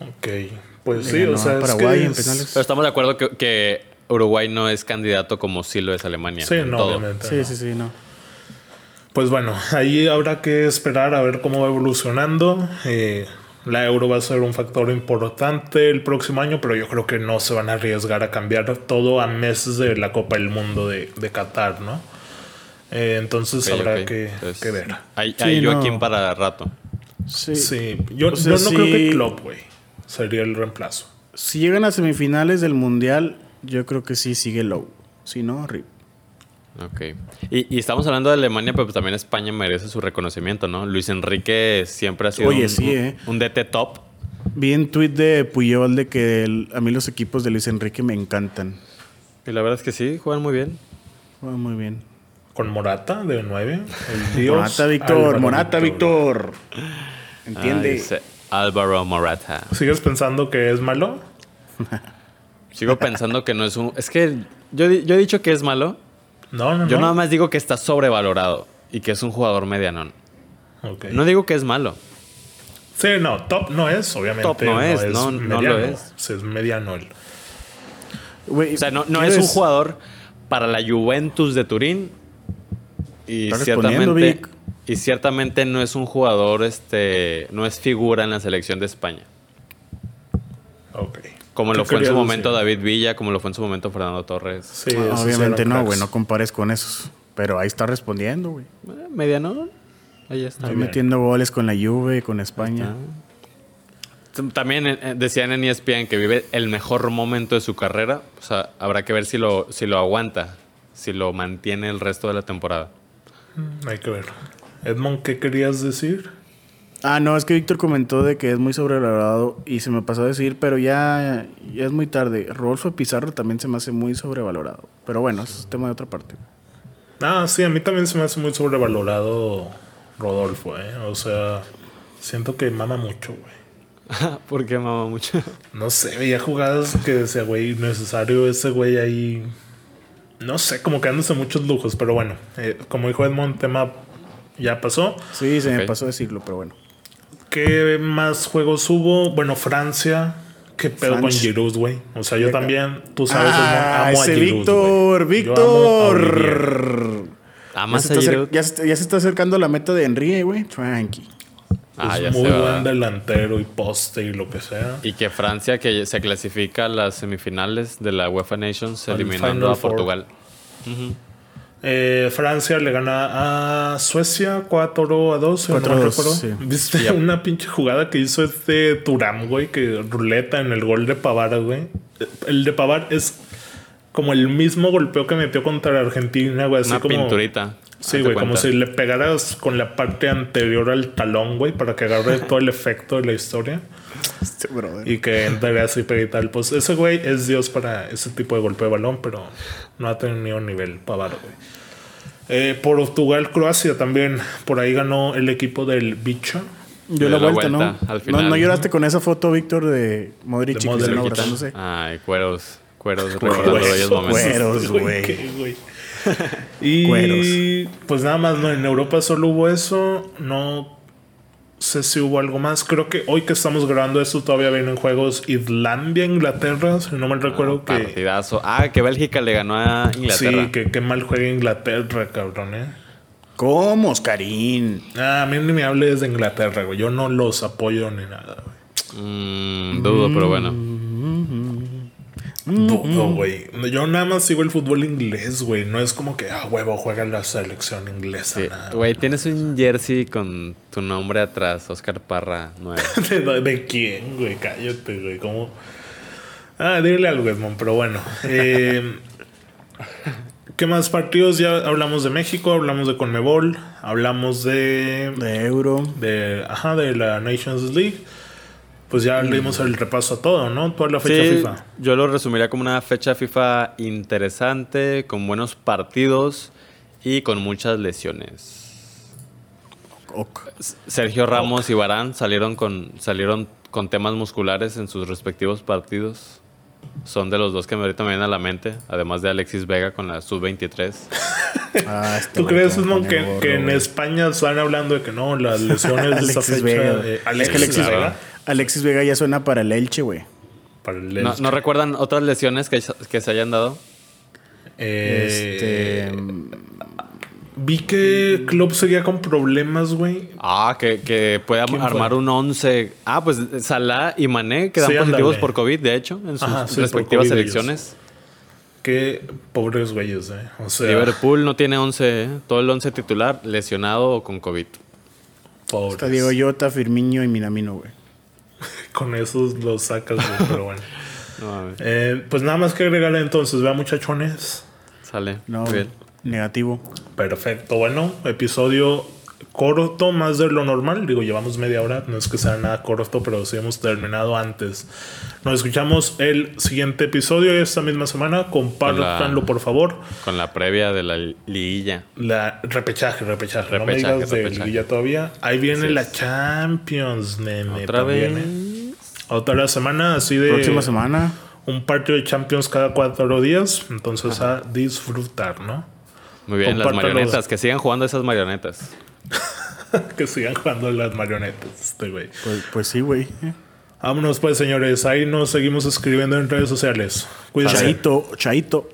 Speaker 1: Ok, pues
Speaker 3: Le
Speaker 1: sí, o
Speaker 3: ganó
Speaker 1: sea,
Speaker 3: a
Speaker 1: es
Speaker 3: Eh, Paraguay
Speaker 1: que
Speaker 3: en
Speaker 1: es-
Speaker 3: penales.
Speaker 2: Pero estamos de acuerdo que, que Uruguay no es candidato como sí lo es Alemania.
Speaker 1: Sí,
Speaker 2: en
Speaker 1: no,
Speaker 2: todo.
Speaker 1: obviamente.
Speaker 3: Sí,
Speaker 1: no.
Speaker 3: sí, sí, no.
Speaker 1: Pues bueno, ahí habrá que esperar a ver cómo va evolucionando. Eh, la euro va a ser un factor importante el próximo año, pero yo creo que no se van a arriesgar a cambiar todo a meses de la Copa del Mundo de, de Qatar, ¿no? Eh, entonces
Speaker 2: Ok,
Speaker 1: habrá
Speaker 2: ok.
Speaker 1: que,
Speaker 2: Entonces,
Speaker 1: que ver.
Speaker 2: Hay,
Speaker 3: Sí,
Speaker 2: hay
Speaker 3: no.
Speaker 2: Joaquín para rato.
Speaker 3: Sí.
Speaker 1: Sí, yo,
Speaker 3: O sea,
Speaker 1: yo no creo
Speaker 3: sí.
Speaker 1: que Klopp, güey, sería el reemplazo.
Speaker 3: Si llegan a semifinales del Mundial, yo creo que sí sigue low. Si no, rip.
Speaker 2: Ok. Y, y estamos hablando de Alemania, pero pues también España merece su reconocimiento, ¿no? Luis Enrique siempre ha sido
Speaker 3: Oye,
Speaker 2: un,
Speaker 3: sí,
Speaker 2: un-
Speaker 3: ¿eh?
Speaker 2: un DT top.
Speaker 3: Vi en tweet de Puyol de que el- a mí los equipos de Luis Enrique me encantan.
Speaker 2: Y la verdad es que sí, juegan muy bien.
Speaker 3: Juega muy bien.
Speaker 1: Con Morata de 9. El Dios
Speaker 3: Morata, Víctor.
Speaker 1: Álvaro
Speaker 3: Morata, Víctor.
Speaker 2: Ah,
Speaker 3: ¿Entiende?
Speaker 2: dice Álvaro Morata.
Speaker 1: ¿Sigues pensando que es malo?
Speaker 2: Sigo pensando que no es un... Es que yo, di- yo he dicho que es malo.
Speaker 1: No, no,
Speaker 2: Yo
Speaker 1: no.
Speaker 2: nada más digo que está sobrevalorado y que es un jugador medianón.
Speaker 1: Ok.
Speaker 2: No digo que es malo.
Speaker 1: Sí, no, top no es, obviamente.
Speaker 2: Top no es, no- no lo es.
Speaker 1: Sí, es mediano él.
Speaker 3: Güey,
Speaker 2: O sea, no, no
Speaker 3: ¿quieres-
Speaker 2: es un jugador para la Juventus de Turín. Y
Speaker 3: Está respondiendo,
Speaker 2: ciertamente,
Speaker 3: Vic.
Speaker 2: y ciertamente no es un jugador, este, no es figura en la selección de España.
Speaker 1: Ok.
Speaker 2: Como
Speaker 1: ¿Qué
Speaker 2: lo fue en su
Speaker 1: querías
Speaker 2: momento
Speaker 1: decir?
Speaker 2: David Villa, como lo fue en su momento Fernando Torres.
Speaker 1: Sí, esos
Speaker 3: Obviamente
Speaker 1: eran
Speaker 3: no,
Speaker 1: cracks.
Speaker 3: güey. No compares con esos. Pero ahí está respondiendo, güey.
Speaker 2: Eh, Mediano, ahí está.
Speaker 3: Está
Speaker 1: bien.
Speaker 3: metiendo goles con la Juve, con España.
Speaker 2: Tam- También eh, decían en ESPN que vive el mejor momento de su carrera. O sea, habrá que ver si lo, si lo aguanta, si lo mantiene el resto de la temporada.
Speaker 1: Mm, Hay que ver. Edmond, ¿qué querías decir?
Speaker 3: Ah, no, es que Víctor comentó de que es muy sobrevalorado y se me pasó a decir, pero ya, ya es muy tarde. Rodolfo Pizarro también se me hace muy sobrevalorado. Pero bueno, eso es tema de otra parte.
Speaker 1: Ah, sí, a mí también se me hace muy sobrevalorado Rodolfo, ¿eh? O sea, siento que mama mucho, güey.
Speaker 2: Porque mamá mucho.
Speaker 1: No sé, veía jugadas que decía, güey, necesario ese güey ahí. No sé, como que dándose muchos lujos, pero bueno, eh, como dijo Edmond, tema ya pasó.
Speaker 3: Sí, se me
Speaker 2: Ok.
Speaker 3: pasó a decirlo, pero bueno.
Speaker 1: ¿Qué más juegos hubo? Bueno, Francia. ¿Qué pedo con
Speaker 3: Francia.
Speaker 1: Giroud, güey? O sea, yo también, tú sabes,
Speaker 3: ah,
Speaker 1: Edmond, amo
Speaker 3: ese
Speaker 1: a Giroud,
Speaker 3: Víctor,
Speaker 1: güey. Yo amo a Olivier.
Speaker 3: Víctor. Ya
Speaker 2: Amas
Speaker 3: se,
Speaker 2: a
Speaker 3: está
Speaker 2: Giroud.
Speaker 3: acer- ya, se, ya se está acercando la meta de Henry, eh, güey. Tranqui.
Speaker 2: Ah,
Speaker 1: es
Speaker 2: ya
Speaker 1: muy
Speaker 2: sé, ¿verdad?
Speaker 1: buen delantero y poste y lo que sea.
Speaker 2: Y que Francia, que se clasifica a las semifinales de la UEFA Nations,
Speaker 1: Al
Speaker 2: eliminando
Speaker 1: Final
Speaker 2: a
Speaker 1: Four.
Speaker 2: Portugal.
Speaker 1: Eh, Francia le gana a Suecia 4 a 2, si no
Speaker 3: Cuatro a
Speaker 1: mal
Speaker 3: dos,
Speaker 1: recuerdo.
Speaker 3: sí.
Speaker 1: ¿Viste
Speaker 2: Yep.
Speaker 1: una pinche jugada que hizo este Turam, güey? Que ruleta en el gol de Pavar, güey. El de Pavar es como el mismo golpeo que metió contra la Argentina, güey. Así
Speaker 2: Una
Speaker 1: como,
Speaker 2: pinturita.
Speaker 1: Sí,
Speaker 2: hazte
Speaker 1: güey, como
Speaker 2: cuenta.
Speaker 1: si le pegaras con la parte anterior al talón, güey, para que agarre todo el efecto de la historia
Speaker 3: Este brother.
Speaker 1: y que entre así pegadita al poste. Pues Ese güey es Dios para ese tipo de golpe de balón, pero no ha tenido nivel pavaro, güey. Eh, Portugal, Croacia también. Por ahí ganó el equipo del Bicho.
Speaker 3: Dio
Speaker 2: Le
Speaker 3: la
Speaker 2: dio la
Speaker 3: vuelta,
Speaker 2: vuelta
Speaker 3: ¿no?
Speaker 2: al
Speaker 3: ¿no?
Speaker 2: final.
Speaker 3: no lloraste con esa foto, Víctor, de Modric
Speaker 1: De
Speaker 3: y Cristiano
Speaker 1: Modric. ah.
Speaker 3: abrazándose?
Speaker 2: Ay, cueros. Cueros,
Speaker 3: Cueros,
Speaker 2: recordando bellos
Speaker 3: cueros.
Speaker 2: momentos.
Speaker 3: Cueros, güey.
Speaker 1: ¿qué, güey? Y pues nada más, ¿no? en Europa solo hubo eso. No sé si hubo algo más. Creo que hoy que estamos grabando esto todavía vienen juegos Islandia, Inglaterra. Si no me recuerdo que.
Speaker 2: Ah, Partidazo. Ah, que Bélgica le ganó a Inglaterra.
Speaker 1: Sí, que, que mal juega Inglaterra, cabrón, ¿eh?
Speaker 3: ¿Cómo, Oscarín?
Speaker 1: Ah, a mí ni me hables de Inglaterra, güey. Yo no los apoyo ni nada, güey.
Speaker 2: Mm, dudo, pero bueno. Mm,
Speaker 1: Dudo, güey. Yo nada más sigo el fútbol inglés, güey. No es como que, ah, huevo, juega la selección inglesa.
Speaker 2: Sí.
Speaker 1: nada.
Speaker 2: Güey, tienes un jersey con tu nombre atrás, Oscar Parra 9.
Speaker 1: ¿De, de quién, güey? Cállate, güey. ¿Cómo? Ah, dile algo, Edmond, pero bueno. Eh, ¿Qué más partidos? Ya hablamos de México, hablamos de Conmebol, hablamos de...
Speaker 3: De Euro.
Speaker 1: de ajá, de la Nations League. pues ya le dimos el repaso a todo, ¿no? Toda la fecha
Speaker 2: Mm. Sí,
Speaker 1: FIFA.
Speaker 2: Yo lo resumiría como una fecha FIFA interesante, con buenos partidos y con muchas lesiones.
Speaker 3: Ok.
Speaker 2: S- Sergio Ramos y Barán salieron con, salieron con temas musculares en sus respectivos partidos. Son de los dos que me ahorita me vienen a la mente, además de Alexis Vega con la sub-23.
Speaker 3: Ah, este
Speaker 1: ¿Tú
Speaker 3: güey
Speaker 1: crees,
Speaker 3: que me
Speaker 1: Usman,
Speaker 3: pone
Speaker 1: que,
Speaker 3: gorro,
Speaker 1: que en
Speaker 3: güey.
Speaker 1: España están hablando de que no, las lesiones de esta
Speaker 3: Alexis
Speaker 1: fecha?
Speaker 3: Vega.
Speaker 1: eh,
Speaker 3: Es que Alexis
Speaker 2: Claro.
Speaker 3: Vega. Alexis Vega ya suena para el Elche, güey.
Speaker 1: Para el
Speaker 2: ¿No,
Speaker 1: Elche.
Speaker 2: no recuerdan otras lesiones que, que se hayan dado?
Speaker 1: Eh,
Speaker 3: Este,
Speaker 1: Vi que Klopp seguía con problemas, güey.
Speaker 2: Ah, que, que pueda
Speaker 1: ¿Quién
Speaker 2: armar
Speaker 1: fue?
Speaker 2: un 11. Ah, pues Salah y Mané quedan
Speaker 1: Sí,
Speaker 2: positivos
Speaker 1: ándale.
Speaker 2: por COVID, de hecho, en sus
Speaker 1: Ajá, sí, por
Speaker 2: respectivas
Speaker 1: COVID ellos.
Speaker 2: selecciones.
Speaker 1: Qué pobres güeyes, eh. O sea,
Speaker 2: Liverpool no tiene 11, ¿eh? todo el 11 titular lesionado o con COVID.
Speaker 1: pobres.
Speaker 3: está Diego Llota, Firmiño y Minamino, güey.
Speaker 1: Con esos los sacas, güey, pero bueno.
Speaker 2: No mames,
Speaker 1: Eh, pues nada más que agregar entonces, vea muchachones.
Speaker 2: sale.
Speaker 3: No,
Speaker 2: Muy bien.
Speaker 3: negativo.
Speaker 1: Perfecto, bueno, episodio corto más de lo normal. Digo, llevamos media hora, no es que sea nada corto, pero sí hemos terminado antes. Nos escuchamos el siguiente episodio esta misma semana. Compártanlo, por favor.
Speaker 2: Con la previa de la liguilla.
Speaker 1: La repechaje, repechaje. no me
Speaker 2: Repechaje,
Speaker 1: digas de
Speaker 2: repechaje.
Speaker 1: liguilla todavía. Ahí viene
Speaker 2: Así
Speaker 1: la
Speaker 2: es.
Speaker 1: Champions, nene.
Speaker 2: Otra vez.
Speaker 1: también, ¿eh? Otra semana, así de
Speaker 3: Próxima semana.
Speaker 1: un partido de Champions cada cuatro días. Entonces a disfrutar, ¿no?
Speaker 2: Muy bien, las
Speaker 1: Compártanos.
Speaker 2: marionetas, que sigan jugando esas marionetas.
Speaker 1: que sigan jugando las marionetas, este güey.
Speaker 3: Pues, pues sí, güey.
Speaker 1: Vámonos pues, señores. Ahí nos seguimos escribiendo en redes sociales. Cuídense.
Speaker 3: Chaito, chaito.